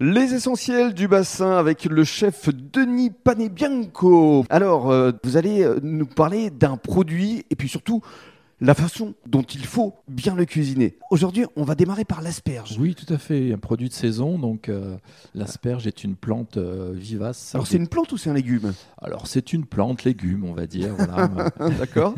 Les essentiels du bassin avec le chef Denis Panebianco. Alors, euh, vous allez euh, nous parler d'un produit et puis surtout la façon dont il faut bien le cuisiner. Aujourd'hui, on va démarrer par l'asperge. Oui, tout à fait. Un produit de saison. Donc, euh, l'asperge est une plante euh, vivace. Alors, c'est une plante ou c'est un légume Alors, c'est une plante légume, on va dire. voilà. D'accord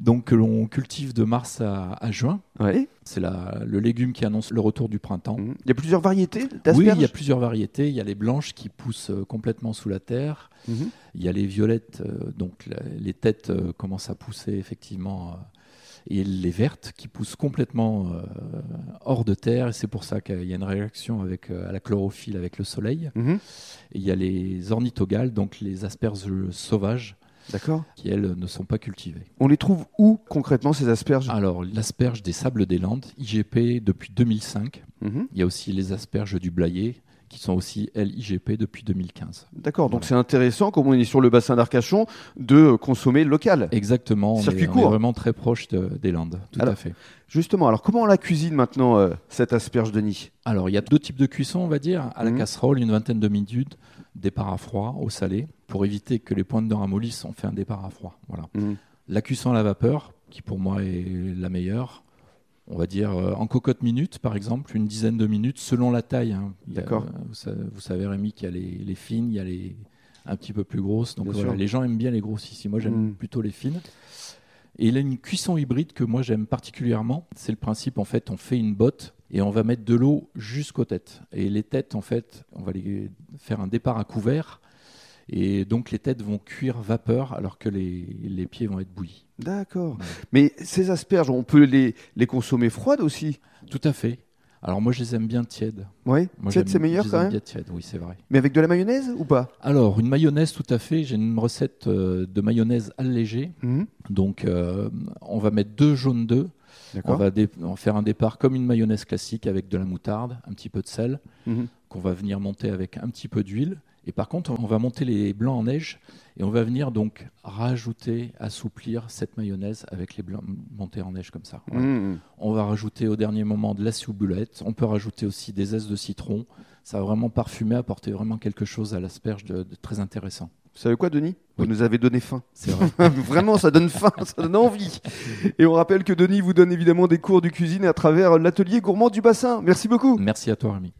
donc, que l'on cultive de mars à, à juin. Oui. C'est la- le légume qui annonce le retour du printemps. Mhm. Il y a plusieurs variétés Oui, d'asperges il y a plusieurs variétés. Il y a les blanches qui poussent euh, complètement sous la terre. Mhm. Il y a les violettes, euh, donc la- les têtes euh, commencent à pousser effectivement. euh, et les vertes qui poussent complètement euh, hors de terre. Et c'est pour ça qu'il y a une réaction avec, euh, à la chlorophylle avec le soleil. Mhm. Et il y a les ornithogales, donc les asperges sauvages, D'accord. qui elles ne sont pas cultivées. On les trouve où concrètement ces asperges Alors, l'asperge des Sables des Landes, IGP depuis 2005. Mhm. Il y a aussi les asperges du Blayet, qui sont aussi elles IGP depuis 2015. D'accord, donc Voilà. c'est intéressant, comme on est sur le bassin d'Arcachon, de euh, consommer local. Exactement, on, Circuit est, on est court. vraiment très proche de- des Landes, tout Alors- à fait. Justement, alors comment on la cuisine maintenant, euh, cette asperge Denis Alors, il y a deux types de cuisson, on va dire. À la Mhm. casserole, une vingtaine de minutes, départ à froid, au salé, pour éviter que les pointes de ramollissent, on fait un départ à froid. Voilà. Mhm. La cuisson à la vapeur, qui pour moi est la meilleure, on va dire euh, en cocotte minute, par exemple, une dizaine de minutes, selon la taille. hein. Il y a, D'accord. euh, vous, sa- vous savez, Rémi, qu'il y a les, les fines, il y a les un petit peu plus grosses. Donc Bien voilà, sûr. les gens aiment bien les grosses ici. Moi, j'aime Mm. plutôt les fines. Et il y a une cuisson hybride que moi j'aime particulièrement. C'est le principe, en fait, on fait une botte et on va mettre de l'eau jusqu'aux têtes. Et les têtes, en fait, on va les faire un départ à couvert. Et donc les têtes vont cuire vapeur alors que les, les pieds vont être bouillis. D'accord. Ouais. Mais ces asperges, on peut les, les consommer froides aussi Tout à fait. Alors moi je les aime bien tièdes. Oui, peut-être Moi, j'aime- c'est je meilleur les quand aime même. bien tièdes, oui c'est vrai. Mais avec de la mayonnaise ou pas Alors une mayonnaise tout à fait. J'ai une recette euh, de mayonnaise allégée. Mhm. Donc euh, on va mettre deux jaunes d'œufs. On D'accord. va dé- on va faire un départ comme une mayonnaise classique avec de la moutarde, un petit peu de sel, Mhm. qu'on va venir monter avec un petit peu d'huile. Et par contre, on va monter les blancs en neige et on va venir donc rajouter, assouplir cette mayonnaise avec les blancs montés en neige comme ça. Voilà. Mhm. On va rajouter au dernier moment de la ciboulette. On peut rajouter aussi des zestes de citron. Ça va vraiment parfumer, apporter vraiment quelque chose à l'asperge de, de très intéressant. Vous savez quoi, Denis Vous Oui. nous avez donné faim. C'est vrai. Vraiment, ça donne faim, ça donne envie. Et on rappelle que Denis vous donne évidemment des cours de cuisine à travers l'atelier gourmand du bassin. Merci beaucoup. Merci à toi, Rémi.